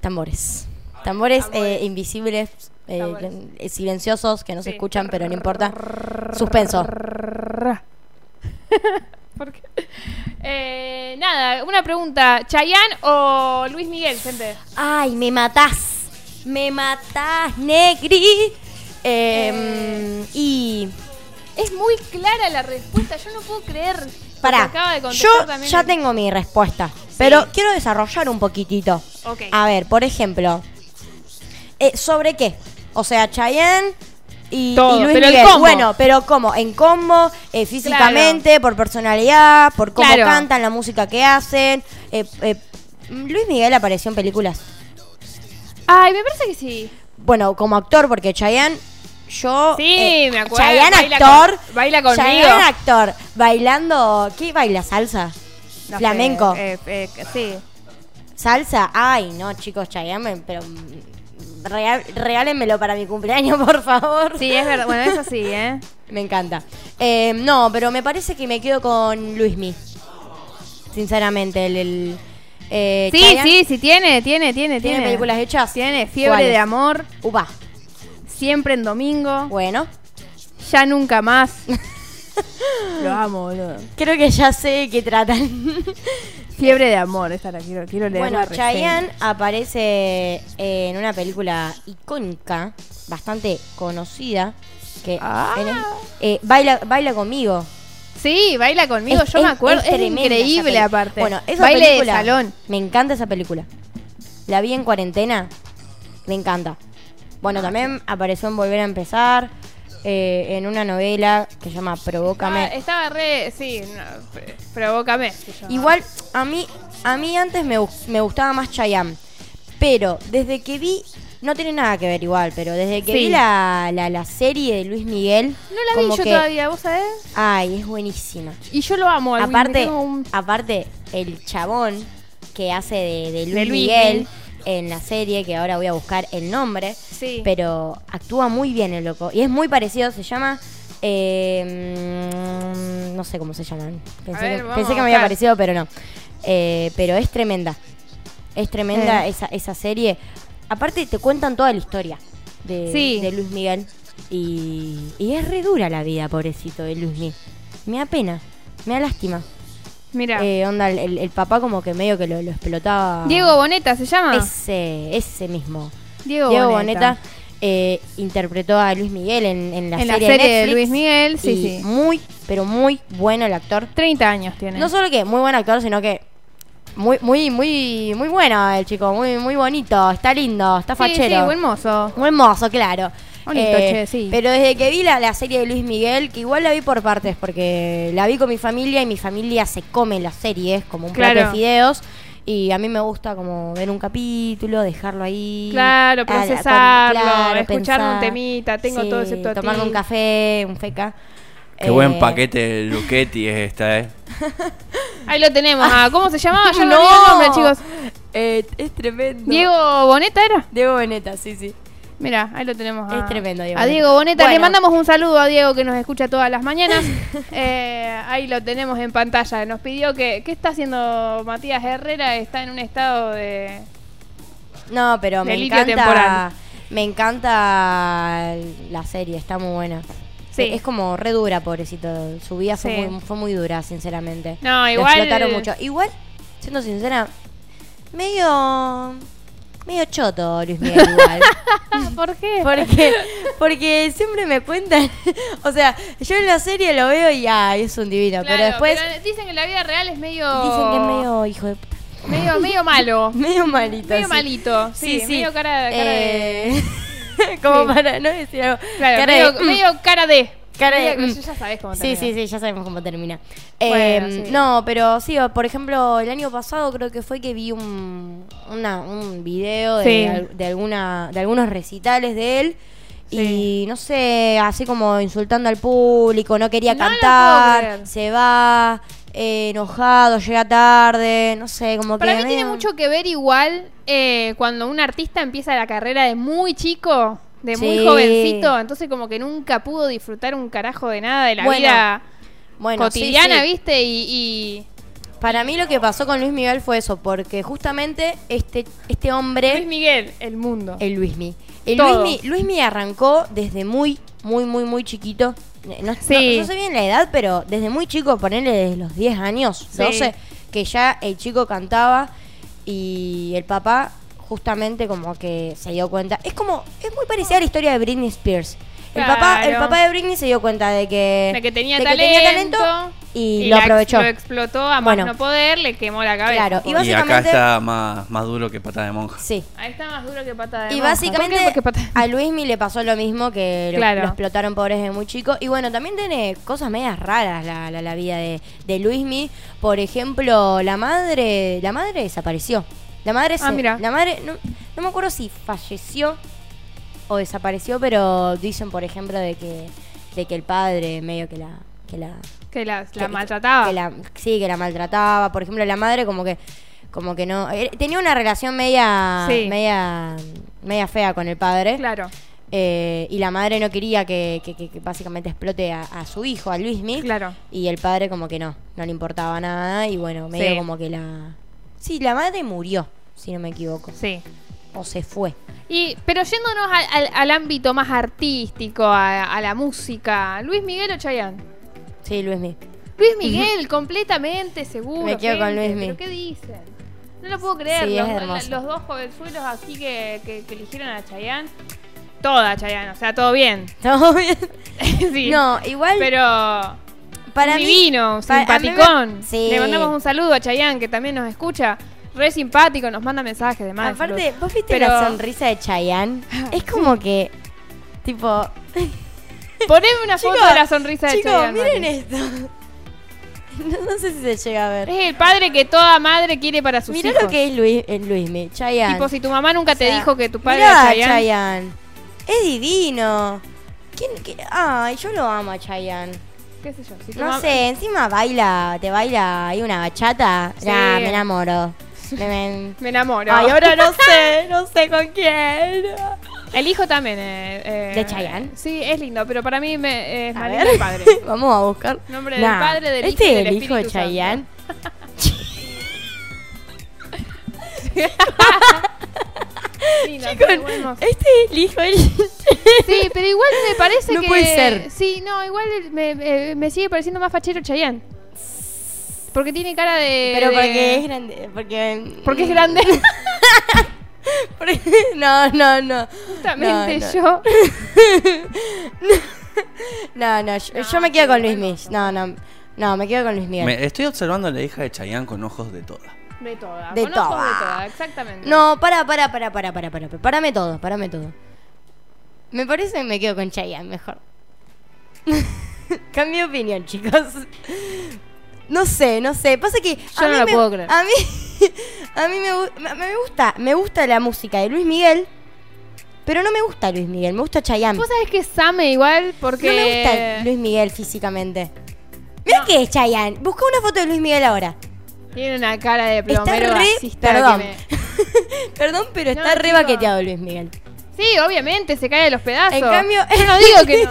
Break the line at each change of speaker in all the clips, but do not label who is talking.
Tambores. Tambores, eh, invisibles, eh,
Tambores.
eh, silenciosos, que no se
Sí.
escuchan, pero no importa. Suspenso.
¿Por qué? Eh, nada, una pregunta. ¿Chayanne o Luis Miguel, gente?
Ay, me matás. Me matás, negri. Eh, y
Es muy clara la respuesta. Yo no puedo creer. lo que acaba
pará,
de
yo
contestar también.
ya tengo mi respuesta, pero quiero desarrollar un poquitito.
Ok.
A ver, por ejemplo, eh, ¿sobre qué? O sea, Chayanne y,
Todo,
y Luis
pero el
Miguel.
combo.
Bueno, pero ¿cómo? En combo, eh, físicamente, por personalidad, por cómo
Claro.
cantan, la música que hacen. Eh, eh, Luis Miguel apareció en películas.
Ay, me parece que sí.
Bueno, como actor, porque Chayanne, yo... eh,
Sí, me acuerdo,
Chayanne
baila
actor.
con- baila conmigo.
Chayanne actor. Bailando... ¿Qué baila? ¿Salsa?
No,
¿Flamenco?
eh, eh, eh, sí.
¿Salsa? Ay, no, chicos, Chayanne, me- pero... mm, real- regálenmelo para mi cumpleaños, por favor.
Sí, es verdad. Bueno, eso sí, ¿eh?
Me encanta. Eh, no, pero me parece que me quedo con Luismi. Sinceramente, el... el eh,
Sí,
Chayanne
sí, sí, tiene, tiene, tiene, tiene.
¿Tiene películas hechas?
Tiene Fiebre
¿Cuáles?
de Amor,
Upa.
Siempre en Domingo,
Bueno.
Ya Nunca Más. Lo amo, boludo.
Creo que ya sé de qué tratan.
Fiebre de Amor, esta la quiero, quiero leer
Bueno,
la reseña.
Chayanne aparece eh, en una película icónica, bastante conocida, que
Ah.
en el- eh, baila, baila conmigo.
Sí, baila conmigo,
Es-
yo me
es-
acuerdo.
es
Es,
tremenda esa
increíble
peli-
aparte.
Bueno, esa
Baile
película,
de salón.
Me encanta esa película. La vi en cuarentena, me encanta.
Ah,
Bueno, también apareció en Volver a Empezar, eh, en una novela que se llama Provócame.
Ah, estaba re. Sí, no, pre- provócame. se llama.
Igual a mí a mí antes me, gus- me gustaba más Chayanne, pero desde que vi no tiene nada que ver igual, pero desde que
Sí.
vi la, la, la serie de Luis Miguel
No la vi
como
yo
que-
todavía, ¿vos sabés?
Ay, es buenísima.
Y yo lo amo. al Will,
Aparte,
tengo un-
aparte el chabón que hace de, de Luis,
De Luis
Miguel
Miguel.
en la serie que ahora voy a buscar el nombre,
Sí.
pero actúa muy bien el loco y es muy parecido, se llama eh, mm, no sé cómo se llaman. Pensé,
ver,
que,
vamos
pensé
a
que me había
buscar.
parecido, pero no. Eh, pero es tremenda. Es tremenda
Eh.
esa, esa serie. Aparte te cuentan toda la historia de,
Sí.
de Luis Miguel. Y, y es re dura la vida, pobrecito, de Luis Miguel. Me da pena, me da lástima.
Mira.
Eh, onda, el, el- el papá como que medio que lo, lo explotaba.
Diego Boneta se llama.
Ese, ese mismo.
Diego,
Diego
Boneta.
Boneta eh, interpretó a Luis Miguel en, en la
En la
serie,
serie de
Netflix.
Luis Miguel, sí,
Y
sí.
Muy, pero muy bueno el actor.
30 años tiene.
No solo que muy buen actor, sino que muy, muy, muy, muy bueno el chico, muy, muy bonito, está lindo, está
sí,
fachero.
sí, buen mozo.
Muy hermoso, claro. Eh,
Bonito, che, sí.
Pero desde que vi la, la serie de Luis Miguel, que igual la vi por partes, porque la vi con mi familia y mi familia se come las series como un plato
Claro.
de fideos. Y a mí me gusta como ver un capítulo, dejarlo ahí.
Claro,
a la- con-
procesarlo, escuchar un
pensar.
temita, tengo todo excepto a ti.
Tomarme un café, un feca.
Qué buen
Eh,
paquete de Luchetti es esta, ¿eh?
Ahí lo tenemos. Ah, ¿Cómo se llamaba? Yo no,
no,
vi el nombre, chicos.
Eh, es tremendo.
Diego Boneta era.
Diego Boneta, sí, sí.
Mira, ahí lo tenemos. A,
Es tremendo, Diego
A
Boneta.
Diego Boneta. Le
Bueno.
mandamos un saludo a Diego que nos escucha todas las mañanas. Eh, ahí lo tenemos en pantalla. Nos pidió que. ¿Qué está haciendo Matías Herrera? Está en un estado de.
No, pero me
Delirio
encanta.
temporal.
Me encanta la serie, está muy buena.
Sí.
Es como re dura, pobrecito. Su vida fue,
Sí.
muy, fue muy dura, sinceramente.
No,
Lo
igual-
explotaron mucho. Igual, siendo sincera, medio. medio choto, Luis Miguel, igual.
Ah, ¿Por qué?
Porque, porque siempre me cuentan. o sea, yo en la serie lo veo y ay, es un divino.
Claro,
pero después
pero dicen que en la vida real es medio.
dicen que es medio hijo de puta.
Medio, medio malo.
Medio malito.
medio
sí.
malito. Sí, medio cara, cara de.
Eh, Como
Sí.
para no decir algo.
Claro,
cara
medio,
de, mm,
medio cara de.
cara de,
Medio-
mm.
ya sabes cómo
Sí,
termina.
sí, sí, ya sabemos cómo termina.
Bueno,
Eh,
sí.
No, pero sí, o- por ejemplo, el año pasado creo que fue que vi un, una- un video de,
Sí.
al- de alguna, de algunos recitales de él. Y no sé, así como insultando al público, no quería
No lo puedo
cantar,
creer.
se va, eh, enojado, llega tarde, no sé, como
Para
que.
mí tiene
medio-
mucho que ver igual eh, cuando un artista empieza la carrera de muy chico, de muy
Sí.
jovencito, entonces como que nunca pudo disfrutar un carajo de nada de la
Bueno,
vida
Bueno, sí,
cotidiana,
sí.
¿viste? Y, y
Para mí lo que pasó con Luis Miguel fue eso, porque justamente este, este hombre,
Luis Miguel, el mundo.
el Luismi, el
Todo.
Luismi, Luismi arrancó desde muy, muy, muy, muy chiquito. Eh, No, no-
Sí.
no sé bien la edad, pero desde muy chico, ponerle desde los 10 años,
Sí.
12, que ya el chico cantaba y el papá justamente como que se dio cuenta. Es como, es muy parecida a la historia de Britney Spears. El, papá, el
Claro.
papá de Britney se dio cuenta de que,
De que tenía,
de eh, que
talento,
tenía talento y, lo
la ex-
aprovechó.
Lo explotó a más
Bueno.
no poder, le quemó la cabeza.
Claro, y
Y acá
básicamente-
está más, más duro que pata de monja.
Sí.
Ahí está más duro que pata de
Y
monja. ¿Por qué?
básicamente
Porque pata de-
a Luismi le pasó lo mismo que lo,
Claro.
lo explotaron pobres de muy chico. Y bueno, también tiene cosas medias raras la, la, la vida de, de Luismi. Por ejemplo, la madre, la madre desapareció. La madre,
Ah,
se-
mira.
la madre no, no me acuerdo si falleció o desapareció, pero dicen por ejemplo de que, de que el padre medio que la, que la
Que la, la
que-
maltrataba.
que la- sí, que la maltrataba. Por ejemplo, la madre como que como que no eh, tenía una relación media
Sí.
media media fea con el padre
Claro,
Eh, y la madre no quería que, que- que- que básicamente explote a, a su hijo, a Luismi.
claro.
Y el padre como que no, no le importaba nada y bueno, medio
Sí.
como que la... Sí, la madre murió, si no me equivoco.
Sí.
O se fue.
Y, pero yéndonos al, al- al ámbito más artístico, a, a la música, ¿Luis Miguel o Chayanne?
Sí, Luismi.
Luis Miguel, completamente seguro.
Me quedo con
gente,
Luis Miguel.
¿Pero qué dicen? No lo puedo creer.
Sí, es
los,
hermoso.
los dos jovenzuelos aquí que, que- que eligieron a Chayanne. Toda Chayanne, o sea, todo bien.
¿Todo bien?
Sí.
No, igual
Pero
para mí...
divino,
para- a mí me-
simpaticón.
Sí.
Le mandamos un saludo a Chayanne, que también nos escucha. Re simpático, nos manda mensajes de más.
Aparte, ¿vos viste
Pero-
la sonrisa de Chayanne? Es como que, tipo...
Poneme una foto
Chicos,
de la sonrisa de
chicos,
Chayanne.
miren
Mati.
esto. No, no sé si se llega a ver.
Es el padre que toda madre quiere para sus
Mirá
hijos.
lo que es Luis, eh, Luismi, Chayanne.
Tipo, si tu mamá nunca te
O sea,
dijo que tu padre
mirá
era
a
Chayanne.
Chayanne. Es divino. ¿Quién, qué- Ay, yo lo amo a Chayanne.
¿Qué sé yo? si tu
No
mam-
sé, encima baila, te baila, hay una bachata.
Sí.
Ya, me enamoro. Me- me-
Me enamoro.
Ay, ahora no sé, no sé con quién.
El hijo también. eh, eh,
¿De Chayanne?
Sí, es lindo, pero para mí me, eh, es
A
María
ver.
el padre.
Vamos a buscar.
Nombre del padre, del
este
hijo y
es
del
el hijo de
Espíritu Santo.
Chayanne.
Lindo,
Chicos,
pero bueno,
este es el hijo del...
Sí, pero igual me parece
No
que.
puede ser.
Sí, no, igual me, eh, me sigue pareciendo más fachero Chayanne. Porque tiene cara de.
Pero
de-
porque es grande. Porque,
Porque Eh, es grande.
Porque- No, no, no.
Justamente
No, no.
yo.
No, no, yo, yo me quedo con Luis Miguel. No, no, no, me quedo con Luis Miguel.
Me- estoy observando a la hija de Chayanne con ojos de toda.
De toda.
De
conozco
toda.
de toda, exactamente.
No, para, para, para, para, para, para. Parame todo, parame todo. Me parece que me quedo con Chayanne mejor. Cambio de opinión, chicos. No sé, no sé. Pasa que
Yo no
mí
la
me-
puedo creer.
A mí, a mí me, gu- me- me gusta, me gusta la música de Luis Miguel, pero no me gusta Luis Miguel, me gusta Chayanne.
Vos sabés que Same igual porque.
No me gusta Luis Miguel físicamente. Mira que es Chayanne. Busca una foto de Luis Miguel ahora.
Tiene una cara de
Está
plomero
re.
gasista que
Perdón.
me-
Perdón, pero
No,
está re
chicos.
baqueteado Luis Miguel.
Sí, obviamente, se cae de los pedazos.
En cambio.
Yo no digo que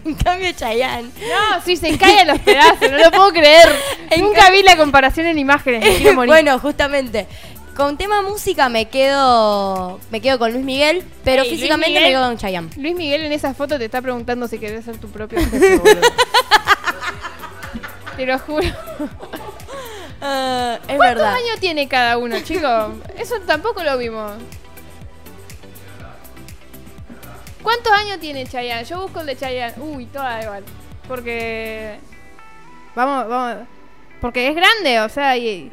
no.
en cambio, Chayanne.
No, sí, se cae a los pedazos, no lo puedo creer.
En
Nunca vi la comparación en imágenes, me quiero morir.
bueno, justamente. Con tema música me quedo. Me quedo con Luis Miguel, pero
Ey, Luis
físicamente me
Miguel.
quedo con Chayanne.
Luis Miguel en esa foto te está preguntando si querés ser tu propio jefe, boludo. Te lo juro.
Ah, es
¿Cuántos
verdad.
años tiene cada uno, chicos? Eso tampoco lo vimos. ¿Cuántos años tiene Chayanne? Yo busco el de Chayanne. Uy, toda igual. Porque... Vamos, vamos. Porque es grande, o sea, y...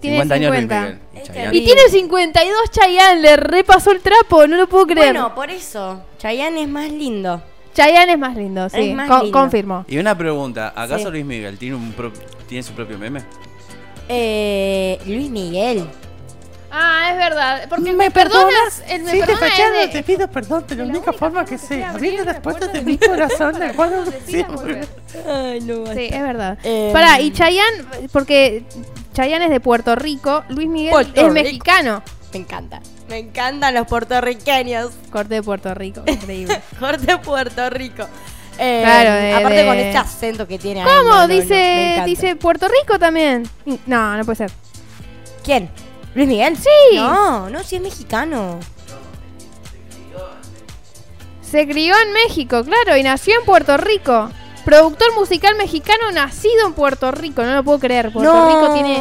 Tiene
50 años Luis
50.
Miguel. Y
Este
Chayanne.
ri-
Y tiene 52 Chayanne, le repasó el trapo, no lo puedo creer.
Bueno, por eso. Chayanne es más lindo.
Chayanne es más lindo, sí.
Es más
Con-
lindo.
Confirmo.
Y una pregunta, ¿acaso
Sí.
Luis Miguel tiene un pro- tiene su propio meme?
Eh, Luis Miguel.
Ah, es verdad. Porque me perdonas, el me
Sí, te
perdona
fachero,
es de-
te pido perdón, de la,
la
única,
única
forma
forma
que
que
sé.
sea
Abrir
abrir
las
la
puertas
puerta de
de mi
mi
corazón, al cual no
Decidas volver.
Ay, no,
Sí, es verdad.
Eh,
Pará, y Chayanne, porque Chayanne es de Puerto Rico, Luis Miguel
Puerto
es
Rico.
mexicano.
Me encanta. Me encantan los puertorriqueños.
Corte de Puerto Rico, increíble.
Corte Puerto Rico. Eh,
Claro, de-
aparte
de-
con este acento que tiene. ahí,
¿Cómo?
no, no, no, me
dice,
encanta.
dice Puerto Rico también. No, no puede ser.
¿Quién? Luis Miguel.
Sí.
No, no, si es mexicano.
Se crió en México, claro, y nació en Puerto Rico. Productor musical mexicano nacido en Puerto Rico, no lo puedo creer. Puerto
no,
Rico tiene...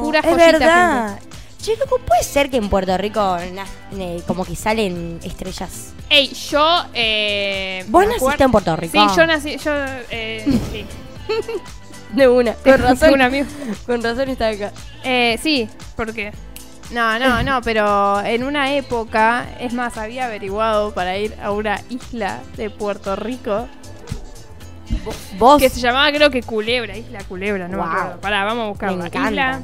puras
es
joyitas,
verdad. Che, loco, puede ser que en Puerto Rico na- eh, como que salen estrellas.
Ey, yo... Eh,
¿Vos
me
naciste
acuerdo-
en Puerto Rico?
Sí, yo nací... Yo, eh, sí.
De una,
Tengo un amigo.
con razón está acá.
Eh, sí, porque... No, no, no, pero en una época, es más, había averiguado para ir a una isla de Puerto Rico
Vos,
que se llamaba creo que Culebra, Isla Culebra, no
Wow.
me acuerdo. Pará, vamos a buscarla.
me encanta.
Isla-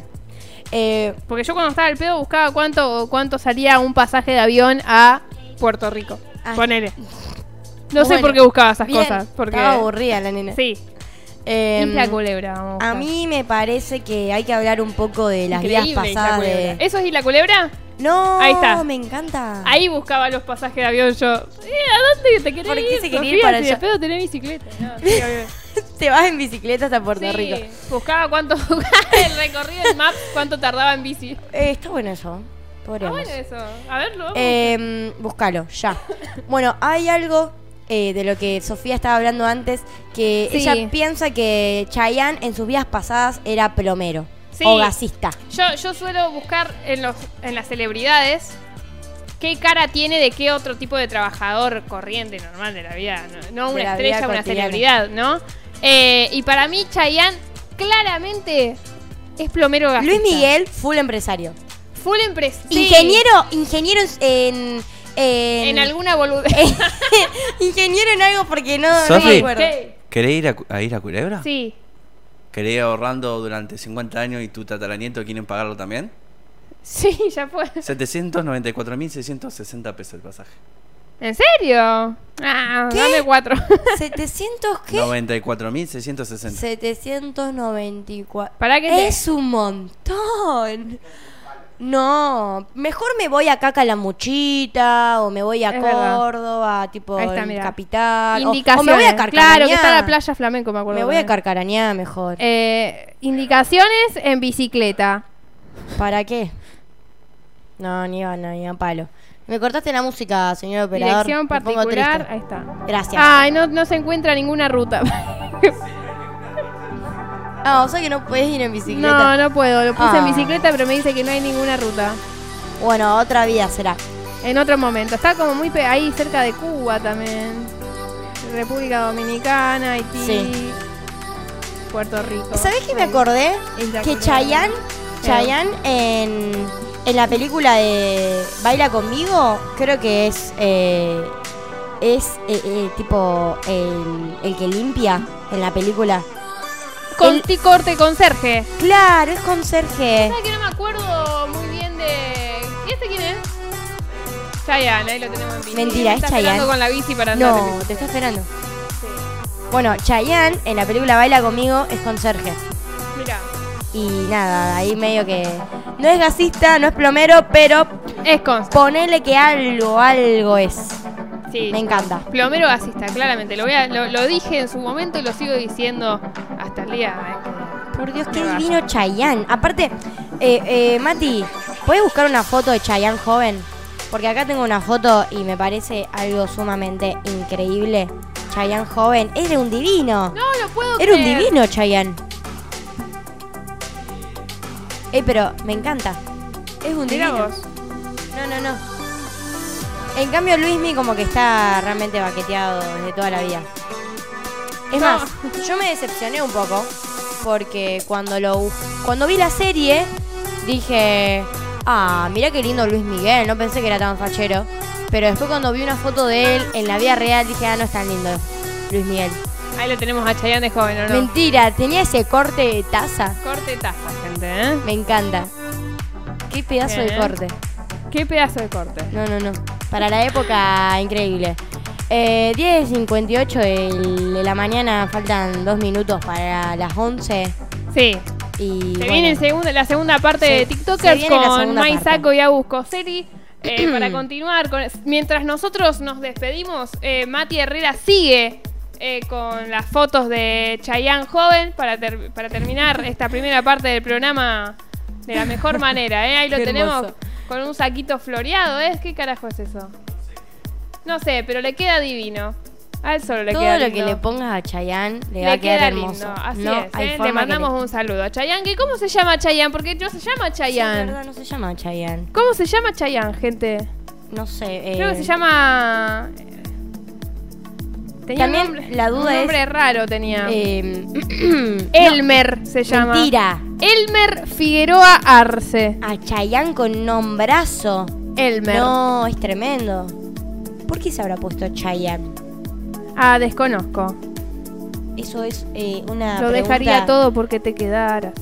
Eh,
porque yo cuando estaba al pedo buscaba cuánto cuánto salía un pasaje de avión a Puerto Rico.
Ah.
Ponele. No sé
Bueno,
por qué buscaba esas
bien,
cosas, porque
Estaba aburrida la nena.
sí,
Eh,
Isla Culebra, vamos.
a
buscar.
mí me parece que hay que hablar un poco de las
Increíble
vidas
Isla
pasadas
Culebra.
de...
¿Eso es Isla Culebra?
No,
Ahí está.
me encanta.
Ahí buscaba los pasajes de avión yo. Eh, ¿A dónde te querés
¿Por qué
ir?
se quería ir
Sofía,
para
si
allá?
de pedo tenés bicicleta. No, sí, obvio.
Te vas en bicicleta hasta Puerto
Sí,
Rico.
Buscaba cuánto el recorrido del map, cuánto tardaba en bici.
Eh, está bueno eso.
Ah,
Podríamos.
bueno eso. A verlo. vamos.
Eh, búscalo, ya. Bueno, hay algo eh, de lo que Sofía estaba hablando antes, que
Sí.
ella piensa que Chayanne en sus vidas pasadas era plomero
Sí.
o gasista.
Yo, yo suelo buscar en, los, en las celebridades qué cara tiene de qué otro tipo de trabajador corriente, normal de la vida. No, No
De
una
la vida
estrella, una
cotidiana.
celebridad, ¿no? Eh, y para mí, Chayanne claramente es plomero gasista.
Luis Miguel, full empresario.
Full empresa.
Ingeniero, ingeniero en... En,
En alguna boludez.
ingeniero en algo porque no, no
Sofi.
me acuerdo.
Sí.
¿Querés ir a, cu- a ir a Culebra?
Sí.
¿Querés ir ahorrando durante 50 años y tu tataranieto quieren pagarlo también?
Sí, ya fue.
794.660 pesos el pasaje.
¿En serio? Ah,
¿Qué?
dame cuatro.
700 qué?
94.660.
794.
Pará que te-
es un montón. No, mejor me voy acá a Calamuchita o me voy a
Es verdad.
Córdoba, tipo
Ahí está,
en
mirá.
capital. Ah, o- O,
Indicaciones.
me voy a Carcarañá.
Claro, que está la playa flamenco, me acuerdo.
Me voy a
también.
Carcarañá mejor.
Eh, indicaciones en bicicleta.
¿Para qué? No, ni a, no, ni a palo. Me cortaste la música, señor operador.
Dirección
Me pongo
particular. Ah.
triste.
Ahí está.
Gracias.
Ay, no, no se encuentra ninguna ruta.
Ah, o sea que no puedes ir en bicicleta.
no, no puedo. Lo puse
Ah.
en bicicleta, pero me dice que no hay ninguna ruta.
Bueno, otra vida será.
En otro momento. Está como muy pe- ahí cerca de Cuba también. República Dominicana, Haití.
Sí.
Puerto Rico.
¿Sabés que me
Ahí.
acordé?
Isla
Que
Culebra.
Chayanne,
Eh.
Chayanne en, en la película de Baila conmigo, creo que es eh, es eh, eh, tipo el, el que limpia en la película.
Conti corte conserje.
Claro, es conserje.
¿Sabes que no me acuerdo muy bien de. ¿Y este quién es? Chayanne, ahí lo tenemos en bici.
Mentira,
Me
es
está esperando
Chayanne.
con la bici para andar. en
No,
bici.
te está esperando.
Sí.
Bueno, Chayanne en la película Baila conmigo es conserje.
Mira.
Y nada, ahí medio que no es gasista, no es plomero, pero
Es consta.
ponele que algo, algo es.
Sí.
Me encanta.
Plomero gasista, claramente. Lo, voy a- lo, lo dije en su momento y lo sigo diciendo hasta el día. en que-
Por Dios, qué
Me vaya.
divino Chayanne. Aparte, eh, eh, Mati, ¿puedes buscar una foto de Chayanne joven? Porque acá tengo una foto y me parece algo sumamente increíble. Chayanne joven, es de un divino.
No, lo puedo
Era un
creer.
divino Chayanne. Eh, pero me encanta. Es un
Mirá
divino.
vos.
No, no, no. En cambio, Luismi como que está realmente baqueteado desde toda la vida. Es
No.
más, yo me decepcioné un poco porque cuando lo cuando vi la serie dije, ah, mira qué lindo Luis Miguel, no pensé que era tan fachero, pero después cuando vi una foto de él en la vida real dije, ah, no es tan lindo Luis Miguel.
Ahí lo tenemos a Chayanne de joven, ¿o no?
Mentira, tenía ese corte de taza.
Corte taza, gente, ¿eh?
Me encanta. Qué pedazo de
Bien.
corte.
Qué pedazo de corte.
No, no, no. Para la época, increíble. Eh, 10.58 del- de la mañana, faltan dos minutos para las 11.
Sí.
Y
Se
bueno,
viene el segundo- la segunda parte
Sí.
de
Se
TikTokers
viene la
con
segunda parte.
Maizaco y Agus Coseri. Eh, para continuar, con, mientras nosotros nos despedimos, eh, Mati Herrera sigue eh, con las fotos de Chayanne joven para, ter- para terminar esta primera parte del programa de la mejor manera. ¿eh? Ahí lo
Qué
tenemos
hermoso.
con un saquito floreado. ¿eh? ¿Qué carajo es eso? No sé, pero le queda divino. A él solo le
Todo
queda
lo que
lindo.
le pongas a Chayanne le,
Le
va a quedar
queda
hermoso.
lindo, así
no
es.
hay
¿eh?
forma que
Le mandamos un saludo a Chayanne. que ¿Cómo se llama Chayanne? Porque no se llama
Sí, es
Chayanne.
verdad, no se llama Chayanne.
¿Cómo se llama Chayanne, gente?
No sé.
Creo
eh,
que se llama. eh, Tenía
También
un nombre,
la duda
un
es-
nombre raro tenía.
eh,
Elmer se llama.
mentira.
Elmer Figueroa Arce.
A Chayanne con nombrazo.
Elmer.
No, es tremendo. ¿Por qué se habrá puesto Chayanne?
Ah, desconozco.
Eso es eh, una
Lo
Ah, pregunta-
dejaría todo porque te quedaras.